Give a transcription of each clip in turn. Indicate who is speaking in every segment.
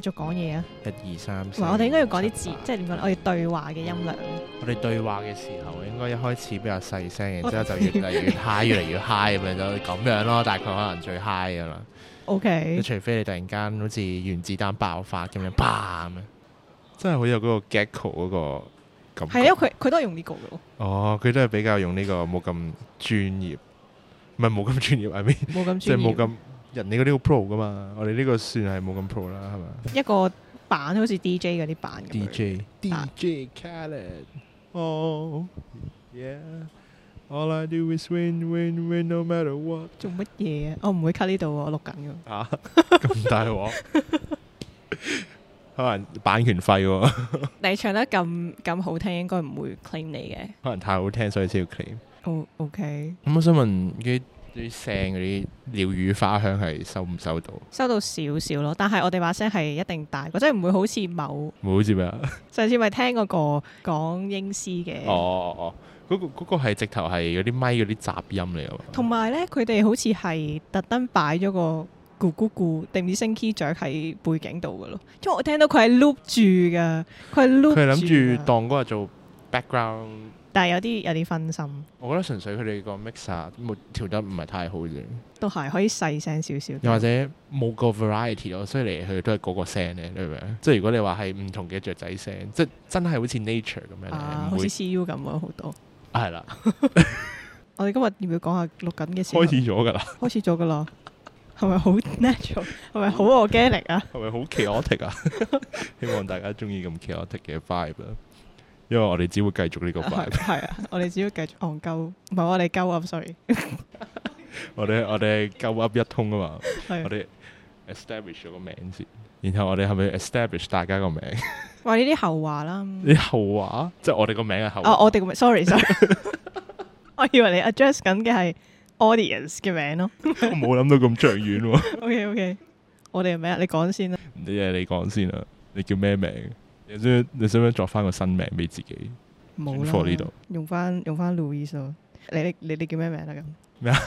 Speaker 1: 續講嘢啊！
Speaker 2: 一二三
Speaker 1: 唔
Speaker 2: 四，
Speaker 1: 係，我哋應該要講啲字，即
Speaker 2: 係
Speaker 1: 係點講咧？我哋對話嘅音量。
Speaker 2: 我哋對話嘅時候，應該一開始比較細聲，然之後就越嚟越 high，越嚟越 high 咁樣就咁樣咯。大概可能最 high 噶啦，
Speaker 1: O
Speaker 2: 即
Speaker 1: K，
Speaker 2: 除非你突然間好似原子彈爆發咁樣，啪咁樣，真係好有嗰個 gecko 嗰個感覺。
Speaker 1: 係因為啊佢佢都係用呢個嘅喎，
Speaker 2: 哦，佢都係比較用呢個冇咁專業，唔係冇咁專業，I mean
Speaker 1: 冇咁專業。
Speaker 2: 即係冇咁人哋嗰啲好 pro 噶嘛，我哋呢個算係冇咁 pro 啦，係嘛
Speaker 1: 一個版好似 D J 嗰啲版咁樣。
Speaker 2: ？DJ
Speaker 1: 啊
Speaker 2: DJ Khaled，哦，yeah，all Oh, I do is win win win no matter what
Speaker 1: 做乜嘢啊？我唔會 cut 呢度喎，我錄緊㗎。
Speaker 2: 啊，咁大鑊，可能版權費喎，
Speaker 1: 你唱得咁咁好聽，應該唔會 claim 你嘅。
Speaker 2: 可能太好聽所以先要 claim。
Speaker 1: O O K，
Speaker 2: 咁我想問啲啲聲嗰啲鳥語花香係收唔收到？
Speaker 1: 收到少少咯，但係我哋把聲係一定大過，即係唔會好似某
Speaker 2: 冇好似咩啊？
Speaker 1: 上次咪聽嗰個講英詩嘅。
Speaker 2: 哦哦哦，嗰、個嗰、個係直頭係嗰啲咪嗰啲雜音嚟㗎嘛。
Speaker 1: 同埋咧，佢哋好似係特登擺咗個咕咕咕定唔知升 key 雀喺背景度嘅咯，因為我聽到佢係 loop 住噶，佢係 loop
Speaker 2: 佢
Speaker 1: 㗎
Speaker 2: 係諗住，當嗰日做 background，
Speaker 1: 但係有啲有啲分心，
Speaker 2: 我覺得純粹佢哋個 mixer 冇調得唔係太好啫，
Speaker 1: 都係可以細聲少少。
Speaker 2: 又或者冇個 variety 咯，所以嚟嚟去去都係嗰個聲咧，你明唔明？即係如果你話係唔同嘅雀仔聲，即係真係好似 nature 咁樣咧，唔、
Speaker 1: 啊，好似
Speaker 2: 會
Speaker 1: CU 咁喎好多。
Speaker 2: 啊係啦，
Speaker 1: 我哋今日要唔要講下錄緊嘅時候
Speaker 2: 開始咗㗎啦，
Speaker 1: 開始咗噶啦？係咪好 natural？係咪好 organic 啊？
Speaker 2: 係咪好 chaotic 啊？ 希望大家中意咁 chaotic 嘅 vibe 啦，因為我哋只會繼 續呢個 vibe。
Speaker 1: 係啊，我哋只要繼續戇鳩，唔係我哋鳩噏，sorry。
Speaker 2: 我哋我哋鳩噏一通啊嘛，我
Speaker 1: 係。
Speaker 2: 哋 establish 咗個名先，然後我哋係咪 establish 大家個名？
Speaker 1: 話呢啲後話啦。
Speaker 2: 啲後話，即係我哋個名係後話。
Speaker 1: 啊！我哋個名，sorry sorry，我以為你 address 緊嘅係 audience 嘅名咯。
Speaker 2: 我冇諗到咁長遠喎。
Speaker 1: OK OK，我哋嘅啊名，你講先啦。
Speaker 2: 你嘢你講先啦，你叫咩名？你想你想唔想作翻個新名俾自己？
Speaker 1: 冇
Speaker 2: 轉貨呢度
Speaker 1: 啦，用翻用翻 Louis 咯。你你你你叫咩名啊？咁
Speaker 2: 咩啊？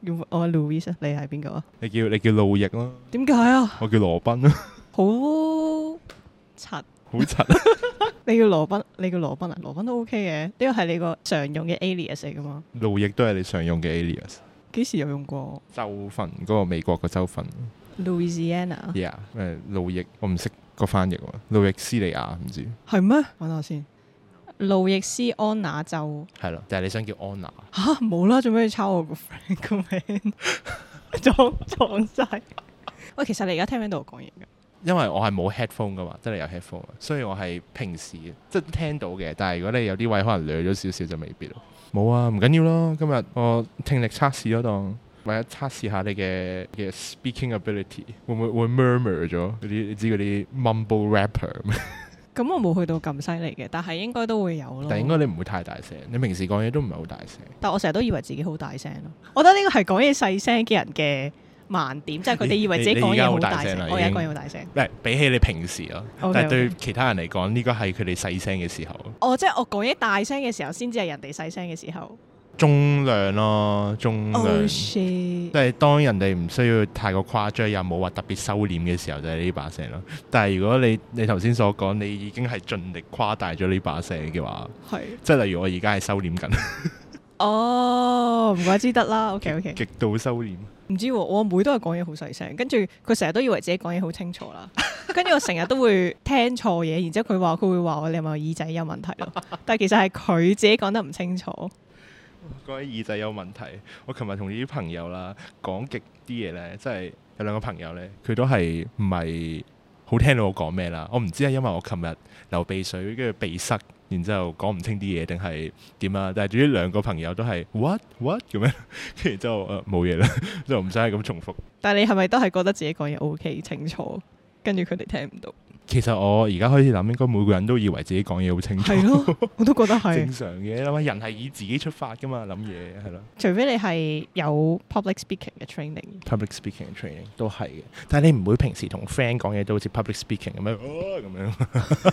Speaker 1: 用返我係 Louis 啊，你係邊個啊？
Speaker 2: 你叫你叫路易啦，
Speaker 1: 點解啊？
Speaker 2: 我叫羅賓 啦，
Speaker 1: 好柒！
Speaker 2: 好柒。啊
Speaker 1: 你叫羅賓，你叫羅賓啊？羅賓都 OK 嘅，呢個係你個常用嘅 alias 嚟噶嘛？
Speaker 2: 路易都係你常用嘅 alias。
Speaker 1: 幾時有用過
Speaker 2: 州份嗰個美國個州份
Speaker 1: Louisiana？
Speaker 2: ，yeah，誒路易，我唔識個翻譯喎，路易斯利亞唔知，
Speaker 1: 係咩？揾下先。路易斯安那州。
Speaker 2: 係咯，但係你想叫安娜，
Speaker 1: 吓冇啦，做咩要抄我個 friend 個 名？撞撞晒！喂，其實你而家聽唔聽到我講嘢㗎？
Speaker 2: 因為我係冇 headphone 噶嘛，即係你有 headphone，啊所以我係平時即係聽到嘅，但係如果你有啲位可能掠咗少少就未必咯。冇啊，唔緊要咯，今日我聽力測試嗰檔，或者測試下你嘅嘅 speaking ability，會唔會會 murmur 咗嗰啲你知嗰啲 mumble rapper 咁樣，
Speaker 1: 咁我冇去到咁犀利嘅，但係應該都會有咯。
Speaker 2: 但係應該你唔會太大聲，你平時講嘢都唔係好大聲，
Speaker 1: 但我成日都以為自己好大聲咯。我覺得呢個係講嘢細聲嘅人嘅盲 點，即係佢哋以為自己講嘢好大聲
Speaker 2: 你你。
Speaker 1: 我而家
Speaker 2: 你而家好大聲啦已經
Speaker 1: 講嘢好大聲。
Speaker 2: 唔係比起你平時咯
Speaker 1: OK，
Speaker 2: 但係
Speaker 1: OK
Speaker 2: 對其他人嚟講，呢個係佢哋細聲嘅時候，
Speaker 1: 哦，即係我講嘢大聲嘅時候，先至係人哋細聲嘅時 候。
Speaker 2: 中量咯，中量。
Speaker 1: Oh shit！
Speaker 2: 即係當人哋唔需要太過誇張，又冇話特別收斂嘅時候，就係呢把聲咯。但係如果你你頭先所講，你已經係盡力誇大咗呢把聲嘅話，
Speaker 1: 係
Speaker 2: 即係例如我而家係收斂緊，
Speaker 1: 哦，唔怪之得啦。OK OK，
Speaker 2: 極度收斂。
Speaker 1: 唔知喎，我阿妹都係講嘢好細聲，跟住佢成日都以為自己講嘢好清楚 啦，跟住我成日都會聽錯嘢，然之後佢話佢會話我你係咪耳仔有問題 咯？但係其實係佢自己講得唔清楚，
Speaker 2: 各位耳仔有問題，我琴日同啲朋友啦講極啲嘢呢，即係有兩個朋友呢，佢都係唔係好聽到我講咩啦？我唔知係因為我琴日流鼻水跟住鼻塞，然之後講唔清啲嘢定係點啊？但係至於兩個朋友都係 what what 咁 樣，跟住之後誒呃冇嘢啦，就唔使係咁重複。
Speaker 1: 但係你係咪都係覺得自己講嘢 O K 清楚，跟住佢哋聽唔到？
Speaker 2: 其實我而家開始諗，應該每個人都以為自己講嘢好清楚，
Speaker 1: 係咯，我都覺得
Speaker 2: 正
Speaker 1: 係，啊
Speaker 2: 常嘅，因為人係以自己出發噶嘛，諗嘢係咯。
Speaker 1: 除非你係有 public speaking 嘅 training。
Speaker 2: public speaking training 都係嘅，但係你唔會平時同 friend 講嘢都好似 public speaking 咁樣哦咁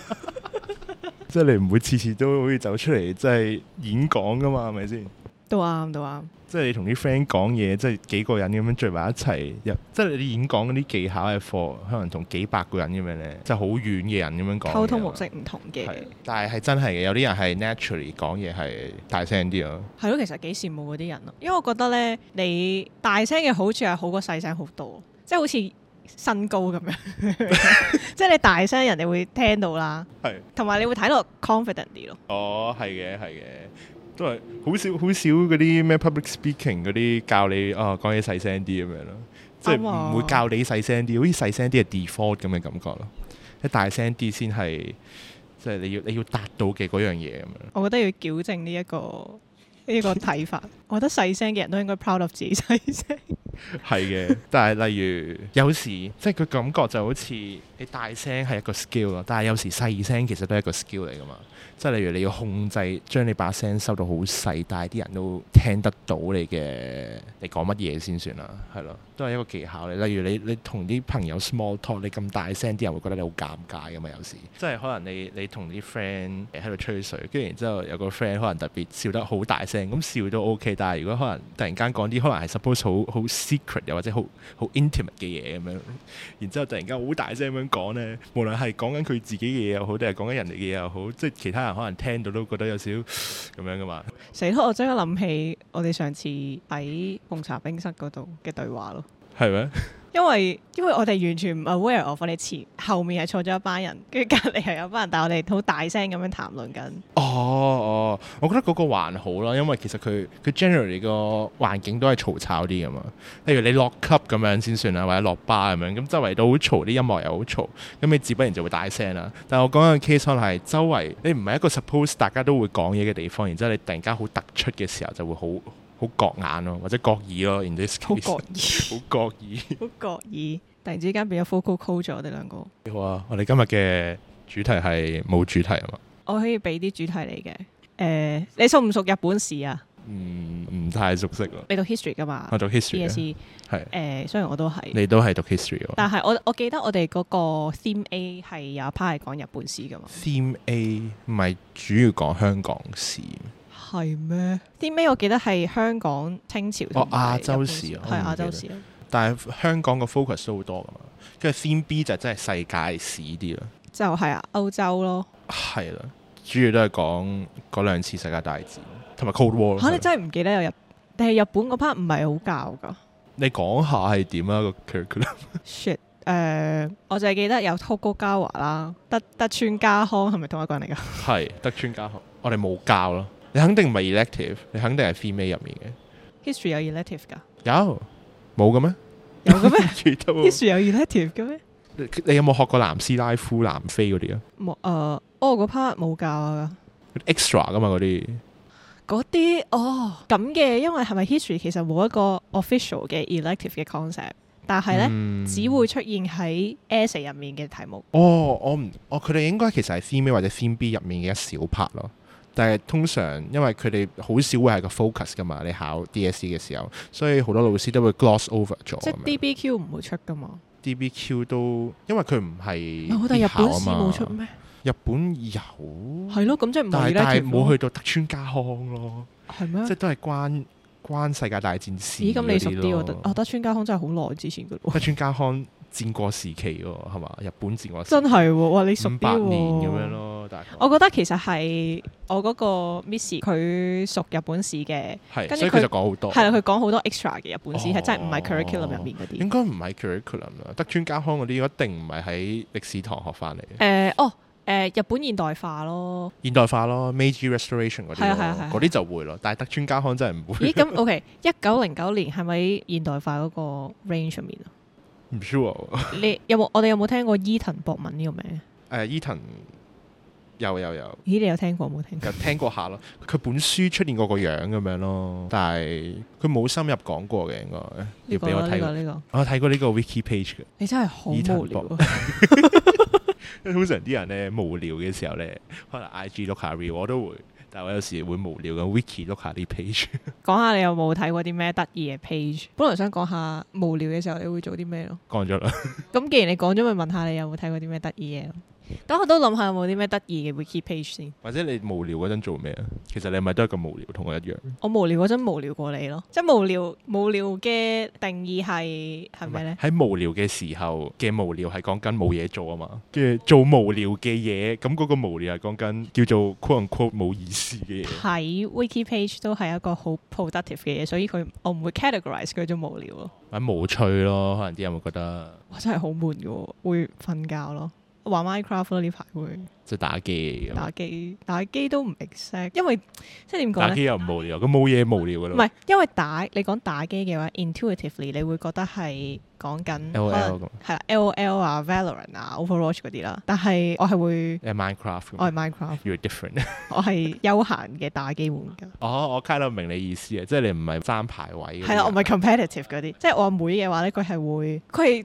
Speaker 2: 樣， 即係你唔會次次都好似走出嚟即係演講噶嘛，係咪先？
Speaker 1: 都啱，都啱。
Speaker 2: 即係你同啲 friend 講嘢，即係幾個人咁樣聚埋一齊，又即係你演講嗰啲技巧嘅課，可能同幾百個人咁樣咧，即係好遠嘅人咁樣講。啊
Speaker 1: 溝通模式。唔同嘅，
Speaker 2: 係，但係係真係嘅，有啲人係 naturally 講嘢係大聲啲咯。
Speaker 1: 係咯，其實幾羨慕嗰啲人咯，因為我覺得咧，你大聲嘅好處係好過細聲好多，即係好似身高咁樣，即係你大聲人哋會聽到啦，
Speaker 2: 係，
Speaker 1: 同埋你會睇落 confident 啲咯。
Speaker 2: 哦，係嘅，係嘅，都係好少好少嗰啲咩 public speaking 嗰啲教你哦講嘢細聲啲咁樣咯，即係
Speaker 1: 啱啊
Speaker 2: 唔會教你細聲啲，好似細聲啲係 default 咁嘅感覺咯，即係大聲啲先係即係你要你要達到嘅嗰樣嘢咁樣。
Speaker 1: 我覺得要矯正呢、一個呢、一個睇法。我覺得細聲嘅人都應該 proud of 自己細聲。
Speaker 2: 係嘅， 但係例如有時即係佢感覺就好似你大聲係一個 skill 咯，但係有時細聲其實都係一個 skill 嚟噶嘛。即係例如你要控制將你把聲收到好細，但係啲人都聽得到你嘅你講乜嘢先算啦，係咯，都係一個技巧嚟。例如你你同啲朋友 small talk，你咁大聲，啲人會覺得你好尷尬噶嘛。有時即係可能你你同啲 friend 喺度吹水，跟住然之後有個 friend 可能特別笑得好大聲，咁笑都 OK。但係如果可能突然間講啲可能係 suppose 好好 secret 又或者好好 intimate 嘅嘢咁樣，然之後突然間好大聲咁樣講呢，無論係講緊佢自己嘅嘢又好，定係講緊人哋嘅嘢又好，即係其他人可能聽到都覺得有少少咁樣噶嘛。
Speaker 1: 死咯！我即刻諗起我哋上次喺紅茶冰室嗰度嘅對話咯。
Speaker 2: 係咩？
Speaker 1: 因為因為我哋完全唔 aware of 我哋前後面係坐咗一班人，跟住隔離係有班人，但係我哋好大聲咁樣談論緊。
Speaker 2: 哦哦，我覺得嗰個還好啦，因為其實佢佢 generally 個環境都係嘈吵啲噶嘛。例如你落 club 咁樣先算啦，或者落巴咁樣，咁周圍都好嘈，啲音樂又好嘈，咁你自不然就會大聲啦。但係我講緊嘅 case 可能係周圍你唔係一個 suppose 大家都會講嘢嘅地方，然之後你突然間好突出嘅時候就會好好覺眼咯，或者覺耳咯。In this
Speaker 1: 好
Speaker 2: case，
Speaker 1: 覺意，
Speaker 2: 好覺耳。
Speaker 1: 好覺意，突然之間變咗 focal call 咗我哋兩個。
Speaker 2: 好啊，我哋今日嘅主題係冇主題啊嘛。
Speaker 1: 我可以俾啲主題你嘅。誒、你熟唔熟日本史啊？
Speaker 2: 嗯，唔太熟悉咯。
Speaker 1: 你讀 history 噶嘛
Speaker 2: 我讀 history
Speaker 1: ？B
Speaker 2: 啊
Speaker 1: S，E
Speaker 2: 係
Speaker 1: 誒，雖然我都係，
Speaker 2: 你都係讀 history 喎。
Speaker 1: 但係我我記得我哋嗰個 theme A 係有一 part 係講日本史噶嘛。
Speaker 2: Theme A 唔係主要講香港史，
Speaker 1: 係咩？theme A 我記得係香港清朝同
Speaker 2: 哦
Speaker 1: 埋
Speaker 2: 亞洲史
Speaker 1: 日本係
Speaker 2: 啊我唔
Speaker 1: 亞
Speaker 2: 記得
Speaker 1: 洲史啊。
Speaker 2: 但係香港個 focus 都好多噶嘛。跟住 Theme B 就真係世界史啲啦，
Speaker 1: 就係啊，歐洲咯。
Speaker 2: 係啦，主要都係講嗰兩次世界大戰同埋 Cold War 咯。
Speaker 1: 嚇、
Speaker 2: 係
Speaker 1: 你
Speaker 2: 啦
Speaker 1: 真係唔記得有日，但係日本嗰 part 唔係好教㗎。
Speaker 2: 你講下係點啊個 curriculum？
Speaker 1: shit 誒、我就係記得有 Tokugawa 啦，德德川家康係咪同一個人 嚟㗎？
Speaker 2: 係德川家學，我哋冇教咯。你肯定唔係 elective，你肯定係 Theme A 入面嘅。
Speaker 1: History 有 elective 㗎，
Speaker 2: 有冇嘅咩？
Speaker 1: 有嘅咩
Speaker 2: 記得 喎
Speaker 1: ？History 有 elective 嘅咩？
Speaker 2: 你你有冇學過南斯拉夫、南非嗰啲啊
Speaker 1: 冇誒、呃哦嗰 part 冇教㗎。
Speaker 2: ？extra 噶嘛嗰啲。
Speaker 1: 嗰啲哦咁嘅，因為係咪 history 其實冇一個 official 嘅 elective 嘅 concept，但係咧、
Speaker 2: 嗯
Speaker 1: 只會出現喺 essay 入面嘅題目。
Speaker 2: 哦，我唔，哦，佢哋應該其實係 theme A 或者 theme B 入面嘅一小 part 咯。但係通常因為佢哋好少會係個 focus 噶嘛，你考 DSE 嘅時候，所以好多老師都會 gloss over 咗
Speaker 1: 即係
Speaker 2: 咁樣。
Speaker 1: DBQ 唔會出㗎嘛，
Speaker 2: DBQ 都因為佢唔係
Speaker 1: 我但係
Speaker 2: 必
Speaker 1: 哦日本
Speaker 2: 考啊
Speaker 1: 史
Speaker 2: 嘛
Speaker 1: 冇出咩？
Speaker 2: 日本有，
Speaker 1: 係咯，咁即係唔
Speaker 2: 但
Speaker 1: 係
Speaker 2: 係但
Speaker 1: elective
Speaker 2: 係冇
Speaker 1: 咯
Speaker 2: 去到德川家康咯，
Speaker 1: 係咩
Speaker 2: 即係？都係關關世界大戰事
Speaker 1: 咦，咁你熟
Speaker 2: 嗰
Speaker 1: 啲
Speaker 2: 咯
Speaker 1: 我得，哦我德川家康真係好耐之前嘅喎，
Speaker 2: 德川家康戰國時期喎，係嘛？日本戰國時期
Speaker 1: 真係喎，哇你熟
Speaker 2: 五
Speaker 1: 啲
Speaker 2: 百
Speaker 1: 喎，
Speaker 2: 年咁樣。咯，大概
Speaker 1: 我覺得其實係我嗰個 Miss 佢熟日本史嘅，
Speaker 2: 係，
Speaker 1: 跟
Speaker 2: 所以
Speaker 1: 住
Speaker 2: 佢
Speaker 1: 佢
Speaker 2: 就講好多。
Speaker 1: 係啦，佢講好多 extra 嘅日本史，係真係唔係
Speaker 2: 哦
Speaker 1: curriculum 入面嗰啲
Speaker 2: 應。該唔係 curriculum 啦，德川家康嗰啲一定唔係喺歷史堂學翻嚟嘅，
Speaker 1: 誒哦誒，日本現代化 咯。
Speaker 2: 現代化咯，Meiji Restoration 嗰啲
Speaker 1: 係啊係啊係
Speaker 2: 咯
Speaker 1: 啊
Speaker 2: 嗰啲就會咯，但係德川家康真係唔會，
Speaker 1: 咦，咁 OK，一九零九年係咪現代化嗰個 range 入面啊？
Speaker 2: 唔 sure 喎。
Speaker 1: 你有冇我哋有冇聽過伊藤博文呢個名？
Speaker 2: 誒伊藤有有有
Speaker 1: 咦，你有聽過冇聽過？
Speaker 2: 有聽過下咯，佢本書出現過個樣咁樣咯，但係佢冇深入講過嘅應該，
Speaker 1: 呢
Speaker 2: 要
Speaker 1: 個
Speaker 2: 俾我
Speaker 1: 啦呢
Speaker 2: 睇過
Speaker 1: 個，呢個，
Speaker 2: 我睇過呢個 wiki page 嘅。
Speaker 1: 你真係好
Speaker 2: 伊藤
Speaker 1: 無聊
Speaker 2: 博
Speaker 1: 啊！
Speaker 2: 通常啲人咧無聊嘅時候咧，可能 IG look 下 reel 我都會，但係我有時會無聊咁 wiki look 下啲 page。
Speaker 1: 講下你有冇睇過啲咩得意嘅 page？本來想講下無聊嘅時候你會做啲咩咯。
Speaker 2: 講咗啦，
Speaker 1: 咁既然你講咗，咪問下你有冇睇過啲咩得意嘢咯？等我都諗下有冇啲咩得意嘅 wiki page 先。
Speaker 2: 或者你無聊嗰陣做咩啊？其實你係咪都係咁無聊，同我一樣。
Speaker 1: 我無聊嗰陣無聊過你咯，即係無聊無聊嘅定義係係咩咧？
Speaker 2: 喺無聊嘅時候嘅無聊係講緊冇嘢做啊嘛，跟住做無聊嘅嘢，咁嗰個無聊係講緊叫做 quote unquote 冇意思嘅嘢。
Speaker 1: 睇 wiki page 都係一個好 productive 嘅嘢，所以佢我唔會 categorize 佢做無聊咯。
Speaker 2: 或者無趣咯，可能啲人會覺得
Speaker 1: 我真係好悶嘅喎，會瞓覺咯，玩 Minecraft 咯呢排會
Speaker 2: 即係打機咁。
Speaker 1: 打機，打機都唔 exact，因為即係點講
Speaker 2: 打
Speaker 1: 咧？
Speaker 2: 機又唔無聊，咁冇嘢無聊噶
Speaker 1: 唔
Speaker 2: 咯。
Speaker 1: 係，因為打你講打機嘅話，intuitively 你會覺得係講緊
Speaker 2: L O
Speaker 1: 可能
Speaker 2: L 咁，
Speaker 1: 係啦，L.O.L 啊、Valorant 啊、Overwatch 嗰啲啦。但係我係會，
Speaker 2: 誒 Minecraft 咁
Speaker 1: 我係 Minecraft，
Speaker 2: You're different。
Speaker 1: 我係休閒嘅打機玩家。
Speaker 2: 哦，我 kind of 明你意思啊，即係你唔係爭排位。
Speaker 1: 係啦，我唔係。competitive 嗰啲，即係我阿妹嘅話咧，佢係會，佢係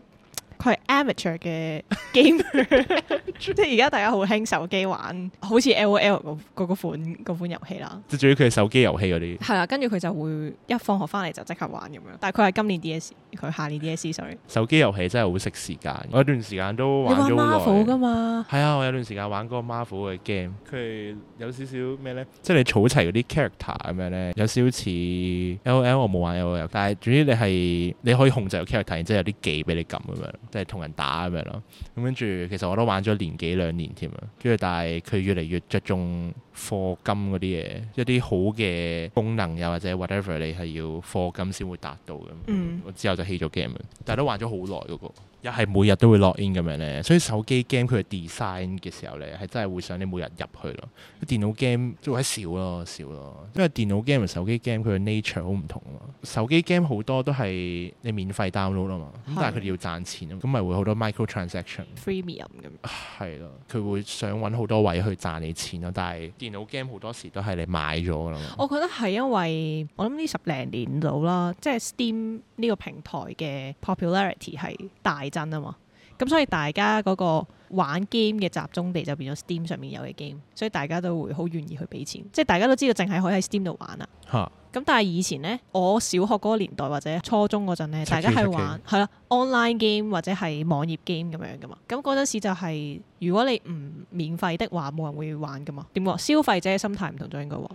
Speaker 1: 佢係 amateur 嘅 gamer，即係而家大家好興手機玩，好似 L.O.L 嗰嗰個款嗰款遊戲啦。
Speaker 2: 即係仲要佢係手機遊戲嗰啲。
Speaker 1: 係啦，跟住佢就會一放學翻嚟就即刻玩咁樣。但係佢係今年 D.S.，佢下年 D.S.，sorry。
Speaker 2: 手機遊戲真係好食時間。我有段時間都
Speaker 1: 你
Speaker 2: 玩
Speaker 1: 玩
Speaker 2: 咗好
Speaker 1: Marvel
Speaker 2: 耐。
Speaker 1: 㗎嘛？
Speaker 2: 係啊，我有段時間玩嗰個 Marvel 嘅 game，佢有少少咩呢？即係你儲齊嗰啲 character 咁樣呢，有少少似 L O L，我冇玩 L O L，但係總之你係你可以控制個 character，然之後有啲技俾你撳咁樣，即係同人打咁樣咯。咁跟住其實我都玩咗年幾兩年添啊，跟住但係佢越嚟越着重課金嗰啲嘢，一啲好嘅功能又或者 whatever 你係要課金先會達到咁。
Speaker 1: 嗯
Speaker 2: 我之後就 hit 咗 game，但係都玩咗好耐嗰個，又係每日都會 log in 咁樣咧。所以手機 game 佢嘅 design 嘅時候咧，係真係會想你每日入去咯。電腦 game 即係或者少咯，少咯，因為電腦 game 同手機 game 佢嘅 nature 好唔同啊嘛。手機 game 好多都係你免費 download 啊嘛，咁但係佢哋要賺錢啊嘛，咁咪會好多 micro transaction。
Speaker 1: freemium 咁樣。
Speaker 2: 係咯，佢會想揾好多位去賺你錢咯，但係電腦 game 好多時都係你買咗㗎啦嘛。
Speaker 1: 我覺得係因為我諗呢十零年到啦，即係 Steam 呢個平台嘅 popularity 係大增啊嘛，咁所以大家嗰個玩 game 嘅集中地就變咗 Steam 上面有嘅 game，所以大家都會好願意去俾錢，即係大家都知道淨係可以喺 Steam 度玩啊啦。
Speaker 2: 嚇
Speaker 1: 咁但係以前呢，我小學嗰個年代或者初中嗰陣呢，
Speaker 2: 七
Speaker 1: 大家
Speaker 2: K
Speaker 1: 係
Speaker 2: 七 K
Speaker 1: 玩係啦 online game 或者係網頁 game 咁樣噶嘛。咁嗰陣時就係、如果你唔免費的話，冇人會玩噶嘛。點講？消費者嘅心態唔同咗應該話。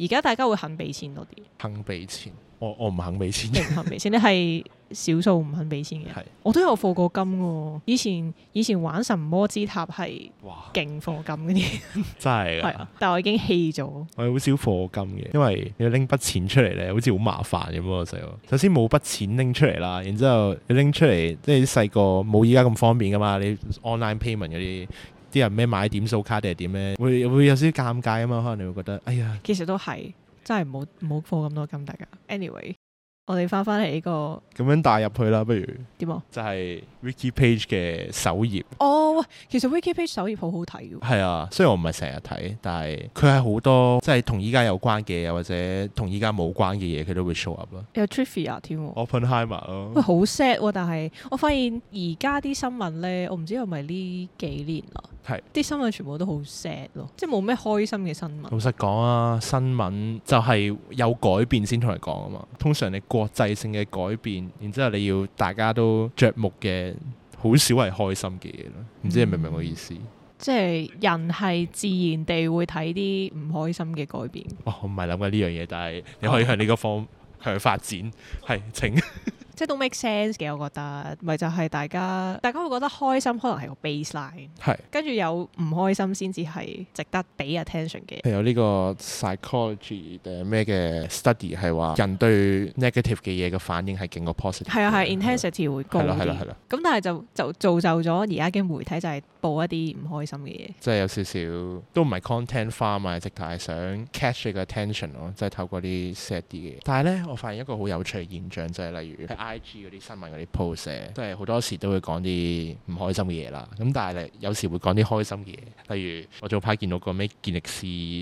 Speaker 1: 而家大家會肯俾錢多 啲，
Speaker 2: 肯俾錢，我我唔肯俾錢
Speaker 1: 你。唔肯俾錢，你係少數唔肯俾錢嘅人
Speaker 2: 係。
Speaker 1: 我都有課過金喎，以前以前玩神魔之塔係
Speaker 2: 哇，
Speaker 1: 勁課金嗰啲，
Speaker 2: 真 係㗎
Speaker 1: 係。啊，但我已經棄咗。
Speaker 2: 我係好少課金嘅，因為你要拎筆錢出嚟咧，好似好麻煩咁喎細個。首先冇筆錢拎出嚟啦，然之後你拎出嚟，即係細個冇依家咁方便噶嘛，你 online payment 嗰啲，啲人咩買點數卡定係點咧，會會有少少尷尬啊嘛，可能你會覺得，哎呀，
Speaker 1: 其實都係，真係唔好唔好課咁多金大家。anyway，我哋翻翻嚟呢個
Speaker 2: 咁樣帶入去啦，不如
Speaker 1: 點啊？
Speaker 2: 就係 wiki page 嘅首頁。
Speaker 1: 哦，喂，其實 wiki page 首頁好好睇嘅，
Speaker 2: 係啊，雖然我唔係成日睇，但係佢係好多即係同依家有關嘅嘢，或者同依家冇關嘅嘢，佢都會 show up 咯。
Speaker 1: 有 trivia 添
Speaker 2: 哦
Speaker 1: 喎。
Speaker 2: Oppenheimer 咯
Speaker 1: 喂，好 sad 喎！但係我發現而家啲新聞咧，我唔知係咪呢幾年啦，
Speaker 2: 係
Speaker 1: 啲新聞全部都好 sad 咯，即係冇咩開心嘅新聞。
Speaker 2: 老實講啊，新聞就係有改變先同人講啊嘛。通常你國際性嘅改變，然之後你要大家都着目嘅，好少係開心嘅嘢咯。唔知你明唔明我意思？
Speaker 1: 即係人係自然地會睇啲唔開心嘅改變，
Speaker 2: 哦，我唔係諗緊呢樣嘢，但係你可以向呢個方向發展，係請
Speaker 1: 即係都 make sense 嘅。我覺得咪就係大家大家會覺得開心可能係個 baseline，
Speaker 2: 係
Speaker 1: 跟住有唔開心先至係值得俾 attention 嘅。
Speaker 2: 係有呢個 psychology 定係咩嘅 study 係話人對 negative 嘅嘢嘅反應係勁過 positive 嘅。
Speaker 1: 係啊，係 intensity 會高
Speaker 2: 係啦係啦
Speaker 1: 啲
Speaker 2: 係。啦，
Speaker 1: 咁但係就就造就咗而家嘅媒體就係報一啲唔開心嘅嘢。
Speaker 2: 即係有少少都唔係 content farm 啊，直頭係想 catch 你個 attention 咯，即係透過啲 sad 啲嘅嘢。但係咧，我發現一個好有趣嘅現象就係、例如喺 IG 嗰啲新聞嗰啲 post 呢即係好多時都會講啲唔開心嘅嘢啦。咁但係你有時會講啲開心嘅嘢，例如我早排見到個咩健力士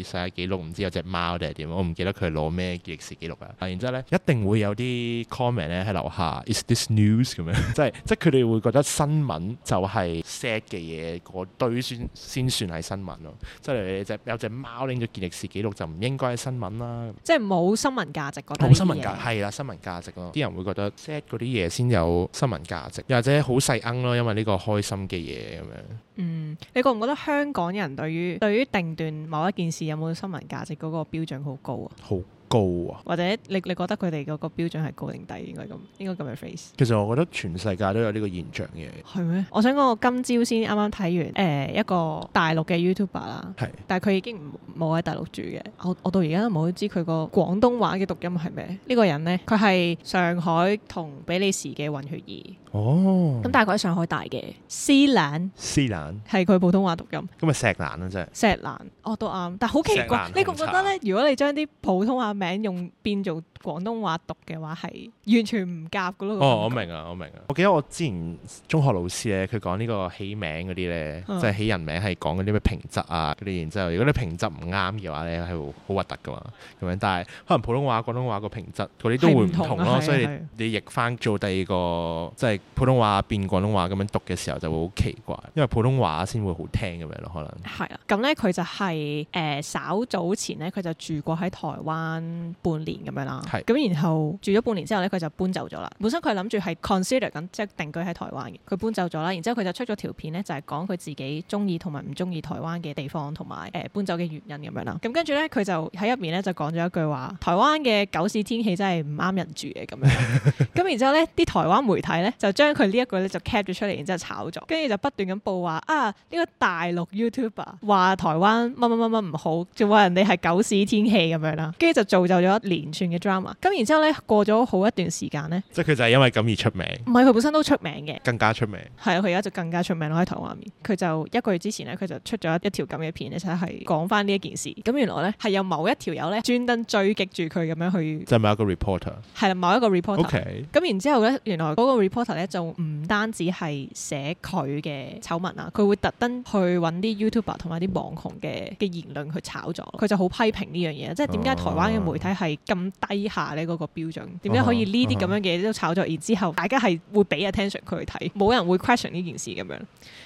Speaker 2: 世界紀錄，唔知有隻貓定係點，我唔記得佢係攞咩健力士紀錄啦。啊然之後咧，一定會有啲 comment 咧喺樓下，is this news 咁樣。即係即係佢哋會覺得新聞就係 sad 嘅嘢，嗰堆先先算係新聞咯。即係你隻有隻貓拎咗健力士紀錄就唔應該係新聞啦。
Speaker 1: 即係冇新聞價值，覺得
Speaker 2: 冇新聞
Speaker 1: 呢啲嘢
Speaker 2: 價係啦，新聞價值咯。啲人會覺得 sad sad 嗰啲嘢先有新聞價值，又或者好細奀咯，因為呢個開心嘅嘢咁樣。
Speaker 1: 嗯，你覺唔覺得香港人對於對於定段某一件事有冇新聞價值嗰個標準好高啊？
Speaker 2: 好高啊！
Speaker 1: 或者你你覺得佢哋嗰個標準係高定低？應該咁應該咁嘅 phrase。
Speaker 2: 其實我覺得全世界都有呢個現象嘅，
Speaker 1: 係咩？我想講，我今朝先啱啱睇完誒、一個大陸嘅 YouTuber 啦，
Speaker 2: 係
Speaker 1: 但係佢已經唔冇喺大陸住嘅。我我到而家都冇知佢個廣東話嘅讀音係咩。呢、個人呢，佢係上海同比利時嘅混血兒，
Speaker 2: 哦
Speaker 1: 咁，但係佢喺上海大嘅。斯蘭
Speaker 2: 斯蘭
Speaker 1: 係佢普通話讀音，
Speaker 2: 咁咪啊石蘭啦，真係
Speaker 1: 石蘭哦都啱，但好奇
Speaker 2: 石蘭
Speaker 1: 怪
Speaker 2: 紅，
Speaker 1: 你覺唔覺得呢？如果你將啲普通話名用變做廣東話讀嘅話，係完全唔夾嘅咯。個
Speaker 2: 哦，我
Speaker 1: 感覺
Speaker 2: 明啊，我明啊。我記得我之前中學老師咧，佢講呢個起名嗰啲咧，
Speaker 1: 嗯
Speaker 2: 即係起人名係講嗰啲咩平仄啊嗰啲，然之後如果你平仄唔啱嘅話咧，係好好核突噶嘛，咁樣。但係可能普通話、廣東話個平仄嗰啲都會唔
Speaker 1: 係唔
Speaker 2: 同
Speaker 1: 同啊
Speaker 2: 咯，
Speaker 1: 係
Speaker 2: 所以
Speaker 1: 係
Speaker 2: 你你譯翻做第二個即係普通話變廣東話咁樣讀嘅時候就會好奇怪，因為普通話先會好聽咁樣咯，可能。
Speaker 1: 係啦，咁咧佢就係、呃稍早前咧，佢就住過喺台灣半年咁樣啦。
Speaker 2: 係
Speaker 1: 咁然後住咗半年之後咧，佢就搬走咗啦。本身佢諗住係 consider 緊即係定居喺台灣嘅，佢搬走咗啦。然之後佢就出咗條片咧，就係講佢自己中意同埋唔中意台灣嘅地方同埋誒搬走嘅原因咁樣啦。咁跟住咧，佢就喺入面咧就講咗一句話：台灣嘅狗屎天氣真係唔啱人住嘅咁樣。咁然之後咧，啲台灣媒體咧就將佢呢一句咧就 cap 咗出嚟，然之後炒作，跟住就不斷咁報話啊呢、個大陸 YouTuber 話台灣乜乜乜乜唔好，仲話人哋係狗屎天氣咁樣啦，跟住就造就咗一連串嘅 drama。咁然之後咧過咗好一段時間咧，
Speaker 2: 即係佢就係因為咁而出名，
Speaker 1: 唔係佢本身都出名嘅。
Speaker 2: 更加出名。
Speaker 1: 係啊，佢而家就更加出名咯喺台灣面。佢就一個月之前咧，佢就出咗一條咁嘅片咧，就係講翻呢一件事。咁原來咧係有某一條友咧專登追擊住佢咁樣去，
Speaker 2: 就係某一個 reporter。
Speaker 1: 係啦某一個 reporter。
Speaker 2: OK，
Speaker 1: 咁然之後咧，原來嗰個 reporter 咧就唔單止係寫佢嘅醜聞啊，佢會特登去揾啲 YouTuber 同埋啲網紅嘅嘅言論去炒作，佢就好批評呢樣嘢，即係點解台灣嘅媒體係咁低下呢嗰個標準？點解可以呢啲咁樣嘅都炒作，然之後大家係會俾 attention 佢去睇，冇人會 question 呢件事咁樣。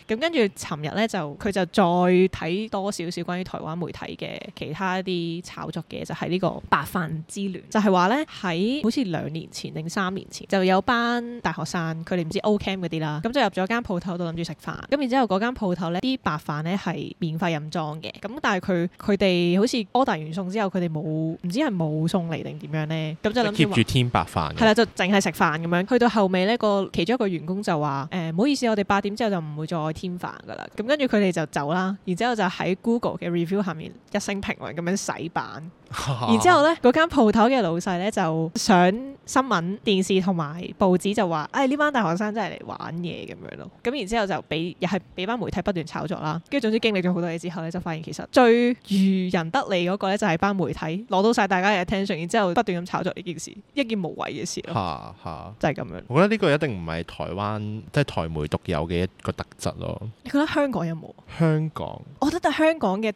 Speaker 1: 咁跟住尋日咧就佢就再睇多少少關於台灣媒體嘅其他一啲炒作嘅，就係、呢個白飯之亂，就係話咧喺好似兩年前定三年前就有班大學生佢哋唔知 O Cam 嗰啲啦，咁就入咗間鋪頭度諗住食飯，咁然之後嗰間鋪頭咧啲白飯咧係免費任裝嘅，咁但係佢佢哋好似 order 完餸之後，佢哋冇唔知係冇送嚟定點樣咧，咁就諗住
Speaker 2: keep
Speaker 1: 話
Speaker 2: 住天白飯嘅。
Speaker 1: 係啦，就淨係食飯咁樣。去到後尾呢個其中一個員工就話：誒、唔好意思，我哋八點之後就唔會再添飯噶啦。咁跟住佢哋就走啦，然之後就喺 Google 嘅 review 下面一聲評論咁樣洗版。
Speaker 2: 啊
Speaker 1: 然之 後呢，嗰間鋪頭嘅老細呢，就上新聞、電視同埋報紙就話：，哎誒呢班大學生真係嚟玩嘢咁樣咯。咁然之後就俾又係俾班媒體不斷炒作啦。跟住總之經歷咗好多嘢之後呢，就發現其實最愚人得利嗰個呢，就係班媒體攞到晒大家嘅 attention，然之後不斷咁炒作呢件事，一件無謂嘅事咯。
Speaker 2: 嚇嚇，
Speaker 1: 就係咁樣。
Speaker 2: 我覺得呢個一定唔係台灣即係台媒獨有嘅一個特質咯。
Speaker 1: 你覺得香港有冇？
Speaker 2: 香港
Speaker 1: 我覺得香港 嘅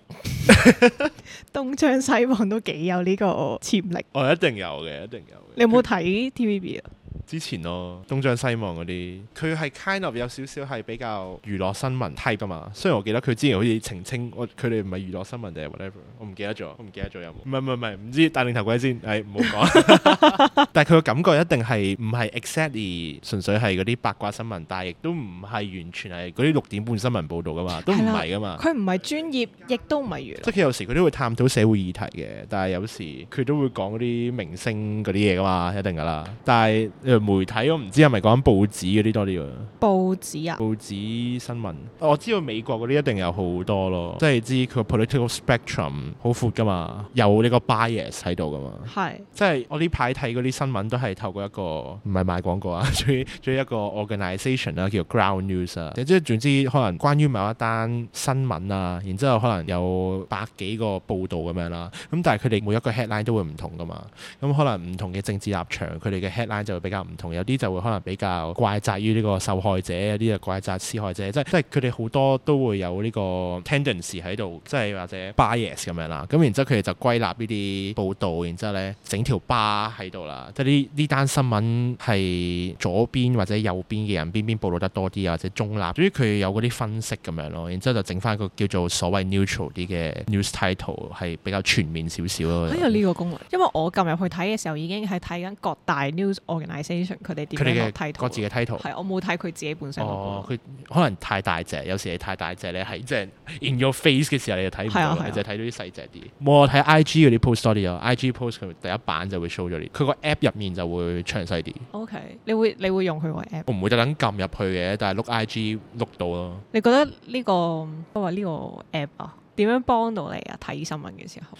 Speaker 1: 東張西望都幾有呢個潛力。
Speaker 2: 我哦一定有嘅，一定有嘅。
Speaker 1: 你有冇睇 TVB 啊？
Speaker 2: 之前咯，東張西望嗰啲，佢係 kind of 有少少係比較娛樂新聞 type 噶嘛。雖然我記得佢之前好似澄清，我佢哋唔係娛樂新聞定係 whatever，我唔記得咗，我唔記得咗有冇。唔係唔係唔係，唔知戴定頭盔 先，誒唔好講。 但係佢個感覺一定係唔係 exactly 純粹係嗰啲八卦新聞，但係亦都唔係完全係嗰啲六點半新聞報導噶嘛，都唔
Speaker 1: 係啦
Speaker 2: 係噶嘛。
Speaker 1: 佢唔係專業，亦都唔係娛樂。
Speaker 2: 啊即係佢有時佢都會探討社會議題嘅，但係有時佢都會講嗰啲明星嗰啲嘢噶嘛，一定噶啦。但係誒媒體我唔知係咪講緊報紙嗰啲多啲喎，
Speaker 1: 報紙啊，
Speaker 2: 報紙新聞我知道美國嗰啲一定有好多咯，即係知佢個 political spectrum 好闊噶嘛，有呢個 bias 喺度噶嘛。
Speaker 1: 係
Speaker 2: 即係啊我呢排睇嗰啲新聞都係透過一個唔係賣廣告啊， 最最一個 organisation 啦，叫 Ground News 啊，即係總之可能關於某一單新聞啊，然之後可能有百幾個報導咁樣啦，咁但係佢哋每一個 headline 都會唔同噶嘛，咁可能唔同嘅政治立場，佢哋嘅 headline 就會比較唔同，有啲就會可能比較怪責於呢個受害者，有啲就怪責施害者，即係即係佢哋好多都會有呢個 tendency 喺度，即係或者 bias 咁樣啦。咁然之後佢哋就歸納呢啲報道，然之後咧整條巴喺度啦，即係呢呢單新聞係左邊或者右邊嘅人邊邊報導得多啲啊，或者中立，對於佢有嗰啲分析咁樣咯，然之後就整翻個叫做所謂 neutral 啲嘅 news title 係比較全面少少咯。
Speaker 1: 哎呀呢個功能，因為我撳入去睇嘅時候已經係睇緊各大 news organisation 佢哋點
Speaker 2: 佢
Speaker 1: 樣落
Speaker 2: 哋嘅
Speaker 1: title 啊
Speaker 2: 各自嘅 title。
Speaker 1: 係我冇睇佢自己本身嗰
Speaker 2: 哦，
Speaker 1: 個。
Speaker 2: 佢可能太大隻，有時你太大隻咧，係即係 in your face 嘅時候你就睇唔
Speaker 1: 係啊
Speaker 2: 到
Speaker 1: 係
Speaker 2: 啦，
Speaker 1: 啊
Speaker 2: 你就睇到啲細隻啲。冇啊我睇 IG 嗰啲 post 多啲咯，IG post 佢第一版就會 show 咗啲，佢個 app 入面就會詳細啲。
Speaker 1: OK，你會你會用佢個 app？
Speaker 2: 我唔會特登撳入去嘅，但係碌 IG 碌到咯。
Speaker 1: 你覺得呢、個我話呢個 app 啊，點樣幫到你啊？睇新聞嘅時候，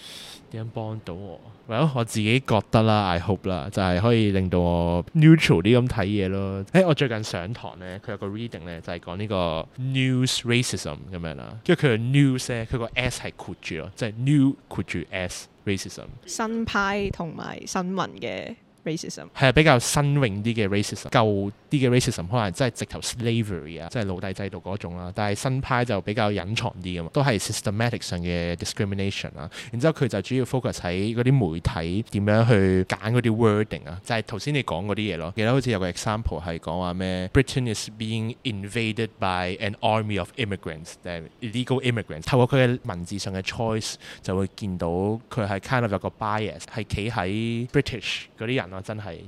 Speaker 2: 點樣幫到我？唯有我自己覺得啦，I hope 啦，就係可以令到我 neutral 啲咁睇嘢咯。誒、我最近上堂咧，佢有個 reading 咧，就係講呢個 news racism 咁樣啦。跟住佢嘅 news 咧，佢個 s 係括住咯，即係 new 括住 s racism，
Speaker 1: 新派同埋新聞嘅 racism，
Speaker 2: 係比較新穎啲嘅 racism，舊啲嘅 racism 可能真係直頭 slavery 啊，即係奴隸制度嗰種啦。但係新派就比較隱藏啲噶啊嘛，都係 systematic 上嘅 discrimination 啦。然之後佢就主要 focus 喺嗰啲媒體點樣去揀嗰啲 wording 啊，就係頭先你講嗰啲嘢咯。記得好似有個 example 係講話咩，Britain is being invaded by an army of immigrants，誒 illegal immigrants。透過佢嘅文字上嘅 choice 就會見到佢係 kind of 有個 bias，係企喺 British 嗰啲人咯，真係而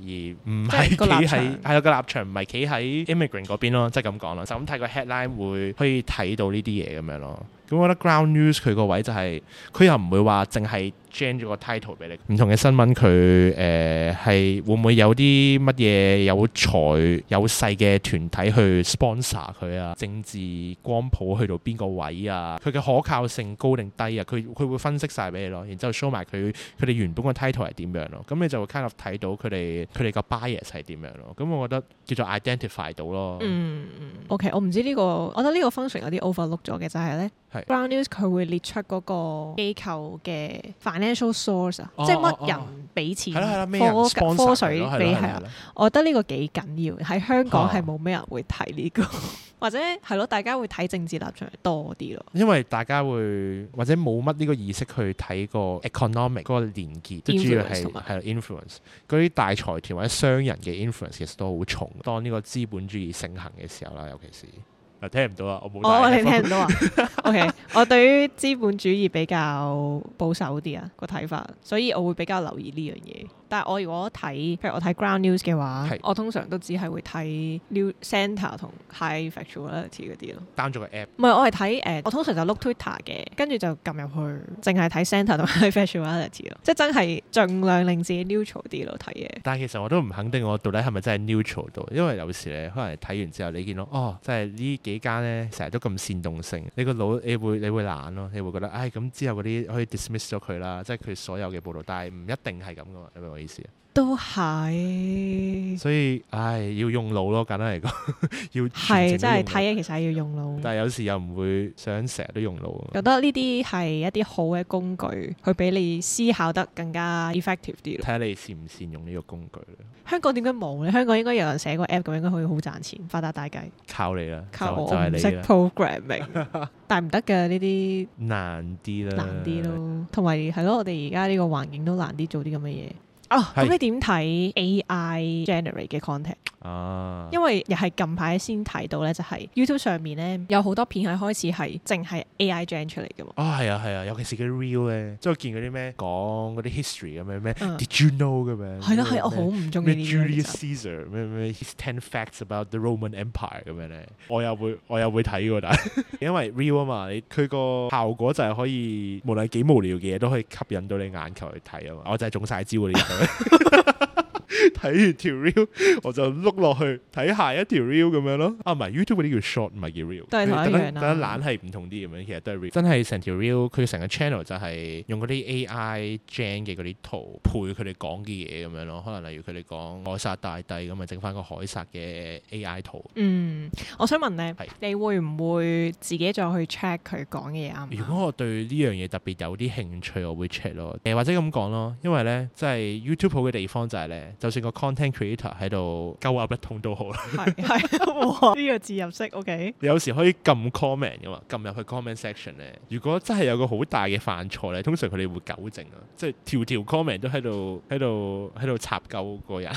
Speaker 2: 唔係
Speaker 1: 即係個立
Speaker 2: 企
Speaker 1: 場
Speaker 2: 喺係有個立場，唔係企喺 immigrant 嗰邊咯，即係咁講咯。就咁睇個 headline 會可以睇到呢啲嘢咁樣咯。咁我覺得 ground news 佢個位就係、佢又唔會話淨係 change 咗個 title 俾你，唔同嘅新聞佢誒係會唔會有啲乜嘢有財有勢嘅團體去 sponsor 佢啊？政治光譜去到邊個位啊？佢嘅可靠性高定低啊？佢佢會分析晒俾你咯，然之後 show 埋佢佢哋原本個 title 係點樣咯，咁你就會 kind of 睇到佢哋佢哋個 bias 係點樣咯。咁我覺得叫做 identify 到咯，
Speaker 1: 嗯嗯，OK，我唔知呢、個，我覺得呢個 function 有啲 overlook 咗嘅，就係咧
Speaker 2: 係
Speaker 1: Brown News 佢會列出嗰個機構嘅 financial source 啊，
Speaker 2: 哦
Speaker 1: 即係
Speaker 2: 哦
Speaker 1: 乜
Speaker 2: 哦
Speaker 1: 人俾錢
Speaker 2: 係啦係
Speaker 1: 科
Speaker 2: 啦，咩人 sponsor
Speaker 1: 科
Speaker 2: 佢
Speaker 1: 水
Speaker 2: 咯係
Speaker 1: 俾
Speaker 2: 啦
Speaker 1: 係
Speaker 2: 係
Speaker 1: 啊
Speaker 2: 啦，哦
Speaker 1: 我覺得呢個幾緊要，喺香港
Speaker 2: 嚇
Speaker 1: 係冇咩人會睇呢、個，或者係咯，大家會睇政治立場多啲咯。
Speaker 2: 因為大家會或者冇乜呢個意識去睇個 economic 嗰個連結，即係主要
Speaker 1: Influence
Speaker 2: 係
Speaker 1: 同埋
Speaker 2: 係啦 influence 嗰啲大財團或者商人嘅 influence 其實都好重。當呢個資本主義盛行嘅時候啦，尤其是嗱聽唔到啊，我冇
Speaker 1: 我
Speaker 2: 戴
Speaker 1: 你
Speaker 2: headphone
Speaker 1: 聽唔 到啊？OK，我對於資本主義比較保守啲啊個睇法，所以我會比較留意呢樣嘢。但係我如果睇，譬如我睇 ground news 嘅話
Speaker 2: 係，
Speaker 1: 我通常都只係會睇 new centre 同 high factuality 嗰啲咯。
Speaker 2: down 咗個 app，
Speaker 1: 唔係，我係睇誒，我通常就碌 Twitter 嘅，跟住就撳入去，淨係睇 centre 同 high factuality 咯，即係真係盡量令自己 neutral 啲咯睇嘢。
Speaker 2: 但係其實我都唔肯定我到底係咪真係 neutral 到，因為有時咧可能睇完之後你見到哦，即係呢幾間咧成日都咁煽動性，你個腦你會你會懶咯，你會覺得唉咁之後嗰啲可以 dismiss 咗佢啦，即係佢所有嘅報導，但係唔一定係咁噶嘛，你明我意思啊？
Speaker 1: 都係，
Speaker 2: 所以唉，要用腦咯，簡單嚟講， 要
Speaker 1: 係
Speaker 2: 全
Speaker 1: 真
Speaker 2: 程都
Speaker 1: 係睇嘢
Speaker 2: 用腦
Speaker 1: 其實係要用腦。
Speaker 2: 但係有時又唔會想成日都用腦啊
Speaker 1: 覺
Speaker 2: 嘛。
Speaker 1: 得呢啲係一啲好嘅工具，去俾你思考得更加 effective 啲
Speaker 2: 睇
Speaker 1: 咯。
Speaker 2: 下你善唔善用呢個工具啦，
Speaker 1: 香港點解冇呢？香港應該有人寫個 app 咁，應該可以好賺錢，發達大計。
Speaker 2: 靠你啦，
Speaker 1: 靠
Speaker 2: 就
Speaker 1: 我，
Speaker 2: 就
Speaker 1: 我
Speaker 2: 係
Speaker 1: 唔
Speaker 2: 你
Speaker 1: 識
Speaker 2: 啦，
Speaker 1: programming，但係唔 得嘅呢啲
Speaker 2: 難啲啦，
Speaker 1: 難啲。咯。同埋係咯，我哋而家呢個環境都難啲做啲咁嘅嘢。哦，咁
Speaker 2: 係
Speaker 1: 你點睇 AI generate 嘅 content？
Speaker 2: 啊，
Speaker 1: 因為又係近排先睇到呢，就係 YouTube 上面呢，有好多片係開始係淨係 AI gen 出嚟嘅嘛。
Speaker 2: 啊係啊係啊，尤其是嗰啲 real 咧，即係我見嗰啲咩講嗰啲 history 咁樣咩
Speaker 1: 嗯
Speaker 2: ，Did you know 咁樣，
Speaker 1: 係咯係，我好
Speaker 2: 咩
Speaker 1: 唔中意
Speaker 2: 咩
Speaker 1: 呢啲嘢
Speaker 2: Julius。Caesar 咩咩 his ten facts about the Roman Empire 咁樣咧，我又會我又會睇喎， 但係因為 real 啊嘛，你佢個效果就係可以無論幾無聊嘅嘢都可以吸引到你眼球去睇啊嘛，我就係中晒招嗰啲人。睇完條 reel 我就碌落去睇下一條 reel 咁樣咯。啊，唔係 YouTube 嗰啲叫 short，唔係叫 reel。
Speaker 1: 都係同一樣啦啊
Speaker 2: 等懶係唔同啲咁樣，其實都係 reel。真係成條 reel，佢成個 channel 就係用嗰啲 AI gen 嘅嗰啲圖配佢哋講嘅嘢咁樣咯。可能例如佢哋講凱撒大帝咁啊，整翻個凱撒嘅 AI 圖。
Speaker 1: 嗯，我想問咧
Speaker 2: 係，
Speaker 1: 你會唔會自己再去 check 佢講嘅嘢啱唔
Speaker 2: 如
Speaker 1: 啱？
Speaker 2: 果我對呢樣嘢特別有啲興趣，我會 check 咯。誒、或者咁講咯，因為咧，即係 YouTube 好嘅地方就係咧，就算個 content creator 喺度鳩噏一通都好啦。
Speaker 1: 係係，哇！呢 個字入式，OK，
Speaker 2: 你有時可以撳 comment 噶嘛，撳入去 comment section 咧。如果真係有個好大嘅犯錯咧，通常佢哋會糾正啊，即係條條 comment 都喺度喺度喺度插鳩個人。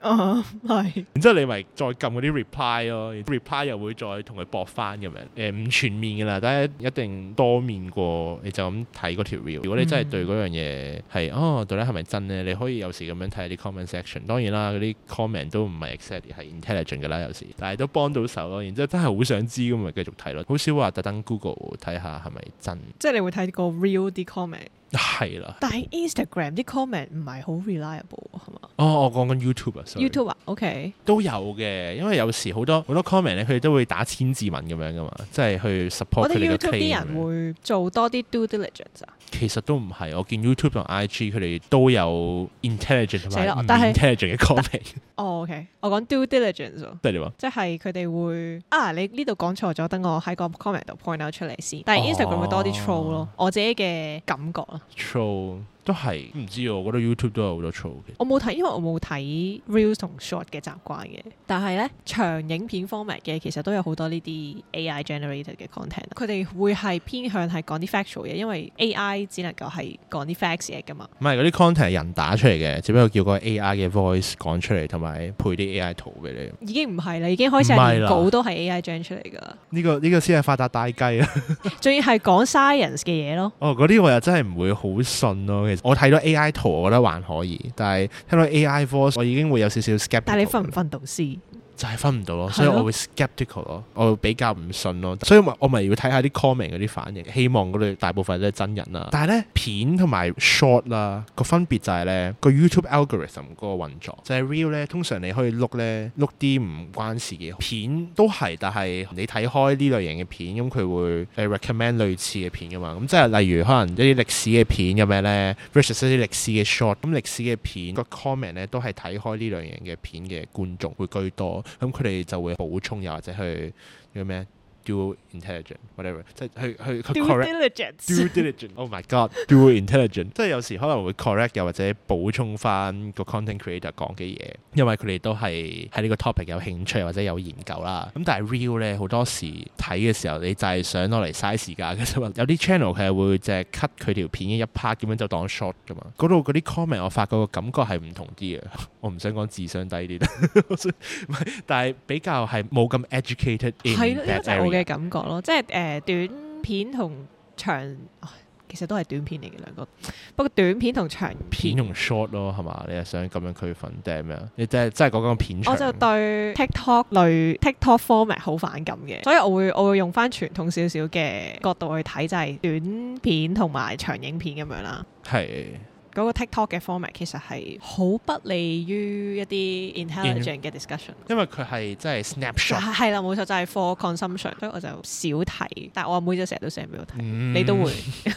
Speaker 1: 啊係
Speaker 2: 然之後你咪再撳嗰啲 reply 咯，reply 又會再同佢駁翻咁樣，誒、呃唔全面噶啦，但係一定多面過你就咁睇嗰條 reel。如果你真係對嗰樣嘢係哦，到底係咪真咧？你可以有時咁樣睇下啲 comment section。當然啦，嗰啲 comment 都唔係 exactly 係 intelligent 噶啦，有時，但係都幫到手咯。然之後真係好想知咁咪繼續睇咯，好少話特登 Google 睇下係咪真。
Speaker 1: 即係你會睇個 real 啲 comment，
Speaker 2: 係啦，
Speaker 1: 但係 Instagram 啲 comment 唔係好 reliable 喎係嘛
Speaker 2: 哦，我講緊 YouTube 啊，sorry
Speaker 1: ？YouTube 啊，OK，
Speaker 2: 都有嘅，因為有時好多好多 comment 咧，佢哋都會打千字文咁樣噶嘛，即係去 support
Speaker 1: 我
Speaker 2: 佢
Speaker 1: 哋
Speaker 2: 哋嘅
Speaker 1: YouTube 啲
Speaker 2: claim 咁
Speaker 1: 人
Speaker 2: 樣。
Speaker 1: 會做多啲 due diligence 啊。
Speaker 2: 其實都唔係，我見 YouTube 同 IG 佢哋都有 intelligent 同
Speaker 1: 死啦
Speaker 2: 埋唔
Speaker 1: 但係
Speaker 2: intelligent 嘅 comment，
Speaker 1: 哦，OK，我講 due diligence 喎。
Speaker 2: 即係點啊？
Speaker 1: 即係佢哋會啊，你呢度講錯咗，等我喺個 comment 度 point out 出嚟先。但
Speaker 2: 哦
Speaker 1: 係 Instagram 會多啲 troll 咯，我自己嘅感覺啊啦。
Speaker 2: troll 都係唔知喎，啊我覺得 YouTube 都有好多 troll 嘅。
Speaker 1: 我冇睇，因為我冇睇 reels 同 short 嘅習慣嘅。但係咧，長影片 format 嘅其實都有好多呢啲 AI generated 嘅 content。佢啊哋會係偏向係講啲 factual 嘢，因為 AI 只能夠係講啲 facts 嘢噶嘛。
Speaker 2: 唔係嗰啲 content 係人打出嚟嘅，只不過叫個 AI 嘅 voice 講出嚟，同埋配啲 AI 圖俾你。
Speaker 1: 已經唔係啦，已經開始
Speaker 2: 唔係啦
Speaker 1: 係連稿都係 AI gen 出嚟㗎啦，
Speaker 2: 呢、個呢、個先係發達大雞啊！
Speaker 1: 仲要係講 science 嘅嘢咯。
Speaker 2: 哦，嗰啲我又真係唔會好信咯。其實我睇到 AI 圖，我覺得還可以，但係聽到 AI voice，我已經會有少少 skeptical。
Speaker 1: 但係你分唔分到先？
Speaker 2: 就係分唔到咯，
Speaker 1: 係
Speaker 2: 所以
Speaker 1: 咯
Speaker 2: 我會 skeptical 咯，我會比較唔信咯，所以咪我咪要睇下啲 comment 嗰啲反應，希望嗰度大部分都係真人啦。但係咧片同埋 short 啦，個分別就係咧個 YouTube algorithm 嗰個運作，就係 real 咧，通常你可以碌咧碌啲唔關事嘅片都係，但係你睇開呢類型嘅片，咁佢會誒 recommend 類似嘅片噶嘛，咁即係例如可能一啲歷史嘅片咁樣咧，versus 一啲歷史嘅 short，咁歷史嘅片個 comment 咧都係睇開呢類型嘅片嘅觀眾會居多，咁佢哋就會補充又或者去叫咩 do intelligent whatever，即係去去去
Speaker 1: Due
Speaker 2: correct。
Speaker 1: diligence
Speaker 2: due diligent，oh my god，do intelligent，即係有時可能會 correct 又或者補充翻個 content creator 講嘅嘢，因為佢哋都係喺呢個 topic 有興趣或者有研究啦。咁但係 real 咧好多時睇嘅時候，你就係想攞嚟嘥時間嘅啫嘛。有啲 channel 佢係會淨係 cut 佢條片嘅一 part 咁樣就當 short 噶嘛。嗰度嗰啲 comment 我發覺個感覺係唔同啲嘅。 我唔想講智商低啲 啦，我想唔係但係比較係冇咁 educated in
Speaker 1: 係咯，呢
Speaker 2: that
Speaker 1: 個就係我
Speaker 2: area。
Speaker 1: 嘅感覺咯，即係誒、呃短片同長，啊其實都係短片嚟嘅兩個，不過短片同長
Speaker 2: 片同 short 咯，係嘛？你係想咁樣區分定係咩啊？你真係真係講緊片長
Speaker 1: 我就對 TikTok 類 TikTok format 好反感嘅，所以我會我會用翻傳統少少嘅角度去睇，就係、短片同埋長影片咁樣啦。
Speaker 2: 係
Speaker 1: 嗰個 TikTok 嘅 format 其實係好不利於一啲 intelligent 嘅 discussion。
Speaker 2: 因為佢係真係 snapshot，
Speaker 1: 係係啦，冇錯，就係 for consumption，所以我就少睇。但我阿妹就成日都 send 俾我睇，你
Speaker 2: 你
Speaker 1: 都 會。
Speaker 2: 嗯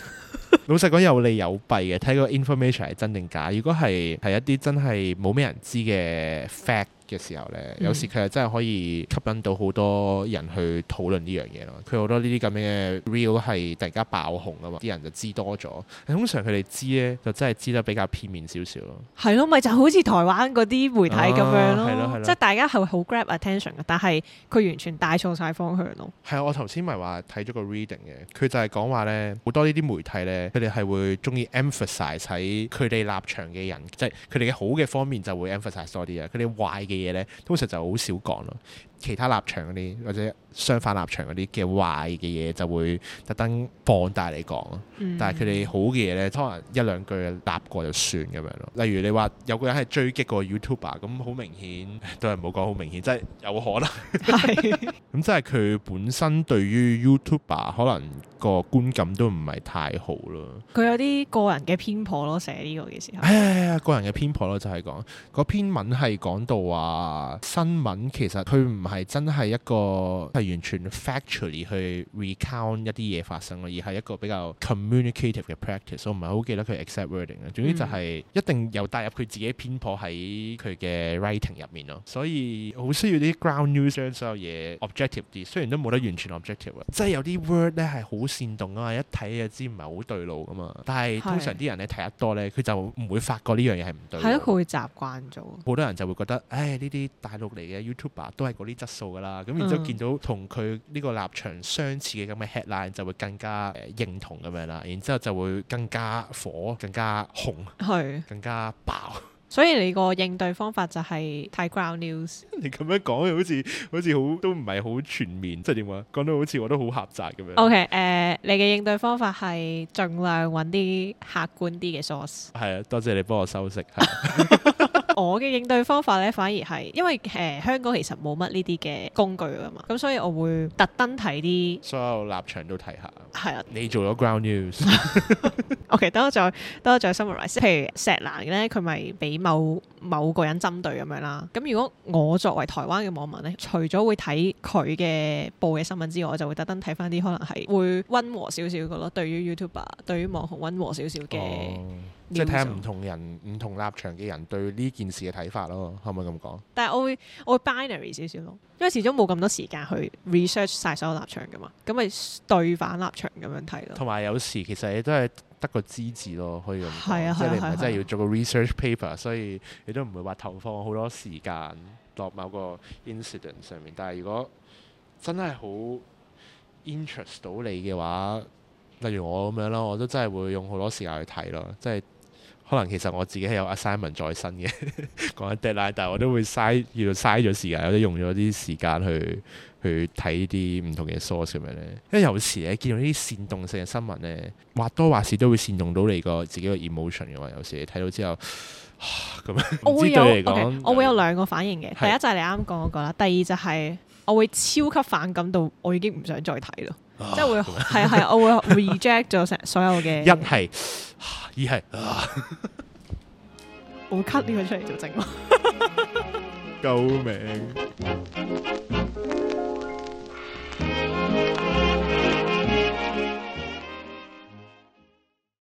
Speaker 2: 老實講有利有弊嘅，睇個 information 係真定假。如果係係一啲真係冇咩人知嘅 fact 嘅時候咧，
Speaker 1: 嗯
Speaker 2: 有時佢係真係可以吸引到好多人去討論呢樣嘢咯。佢好多呢啲咁嘅 real 係突然間爆紅啊嘛，啲人就知多咗。通常佢哋知咧就真係知得比較片面少少咯。
Speaker 1: 係咯，咪就好似台灣嗰啲媒體咁樣
Speaker 2: 啊係咯係
Speaker 1: 咯
Speaker 2: 咯，
Speaker 1: 即係大家係好 grab attention 嘅，但係佢完全帶錯晒方向咯。
Speaker 2: 係啊，我頭先咪話睇咗個 reading 嘅，佢就係講話咧，好多呢啲媒體咧，佢哋係會中意 emphasize 喺佢哋立場嘅人，即係佢哋嘅好嘅方面就會 emphasize 多啲啊，佢哋壞嘅嘢咧，通常就好少講咯。其他立場嗰啲或者相反立場嗰啲嘅壞嘅嘢就會特登放大嚟講咯。
Speaker 1: 嗯
Speaker 2: 但係佢哋好嘅嘢咧，可能一兩句立過就算咁樣咯。例如你話有個人係追擊個 YouTuber，咁好明顯 都係唔好講好明顯，即係有可能。
Speaker 1: 係
Speaker 2: 咁即係佢本身對於 YouTuber 可能個觀感都唔係太好咯。
Speaker 1: 佢有啲個人嘅偏頗咯，寫呢個嘅時候。
Speaker 2: 哎呀，個人嘅偏頗咯，就係講嗰篇文係講到話話新聞其實佢唔係真係一個係完全 factually 去 recount 一啲嘢發生咯，而係一個比較 communicative 嘅 practice。我唔係好記得佢 exact wording 啦。總之就係一定有帶入佢自己偏頗喺佢嘅 writing 入面咯。所以好需要啲 ground news 將所有嘢 objective 啲，雖然都冇得完全 objective 啊。即係有啲 word 咧係好煽動啊嘛，一睇就知唔係好對路噶嘛。但係通常啲人咧睇得多咧，佢就唔會發覺呢樣嘢係唔對路。
Speaker 1: 係咯，啊佢會習慣咗。
Speaker 2: 好多人就會覺得，唉，呢啲大陸嚟嘅 YouTuber 都係嗰啲質素㗎啦。咁然之後
Speaker 1: 嗯
Speaker 2: 見到同佢呢個立場相似嘅咁嘅 headline，就會更加誒、呃、認同咁樣啦。然之後就會更加火、更加紅、
Speaker 1: 係，
Speaker 2: 更加爆。
Speaker 1: 所以你個應對方法就係睇 ground news。
Speaker 2: 你咁樣講，好似好似好都唔係好全面，即係點啊？講到好似我都好狹窄咁樣。
Speaker 1: OK，誒、你嘅應對方法係盡量揾啲客觀啲嘅 source。
Speaker 2: 係啊，多謝你幫我修飾。 係
Speaker 1: 我嘅應對方法咧，反而係因為誒、呃香港其實冇乜呢啲嘅工具啊嘛，咁所以我會特登睇啲
Speaker 2: 所有立場都睇下。
Speaker 1: 係啦。
Speaker 2: 你做咗 ground news，
Speaker 1: OK，等我再等我再 summarize。譬如石蘭咧，佢咪俾某某個人針對咁樣啦。咁如果我作為台灣嘅網民咧，除咗會睇佢嘅報嘅新聞之外，我就會特登睇翻啲可能係會温和少少嘅咯。對於 YouTuber，對於網紅温和少少嘅。
Speaker 2: 哦即係睇下
Speaker 1: news 啊
Speaker 2: 唔同人、唔同立場嘅人對呢件事嘅睇法咯，可唔可以咁講？
Speaker 1: 但係我會我會 binary 少少咯，因為始終冇咁多時間去 research 晒所有立場噶嘛，咁咪對反立場咁樣睇咯。
Speaker 2: 同埋有時其實你都係得個知字咯，可以咁講，
Speaker 1: 係啊
Speaker 2: 即係你唔
Speaker 1: 係啊係啊
Speaker 2: 係真係要做個 research paper，所以你都唔會話投放好多時間落某個 incident 上面。但係如果真係好 interest 到你嘅話，例如我咁樣啦，我都真係會用好多時間去睇咯，即係。可能其實我自己係有 assignment 在身嘅， 講緊 deadline，但係我都會嘥要嘥咗時間，或者用咗啲時間去去睇啲唔同嘅 source 咁樣咧。因為有時咧見到啲煽動性嘅新聞咧，或多或少都會煽動到你個自己個 emotion 嘅嘛。有時你睇到之後，啊咁樣
Speaker 1: 我
Speaker 2: 唔
Speaker 1: 會
Speaker 2: 知
Speaker 1: 有
Speaker 2: 對你嚟
Speaker 1: OK，
Speaker 2: 講，
Speaker 1: 我會有兩個反應嘅，
Speaker 2: 係
Speaker 1: 第一就係你啱講嗰個啦，第二就係我會超級反感到我已經唔想再睇咯，
Speaker 2: 啊
Speaker 1: 即係會係啊係啊，我會 reject 咗成所有嘅，
Speaker 2: 一係二係啊
Speaker 1: 我會 cut 呢個出嚟做正話。
Speaker 2: 救命！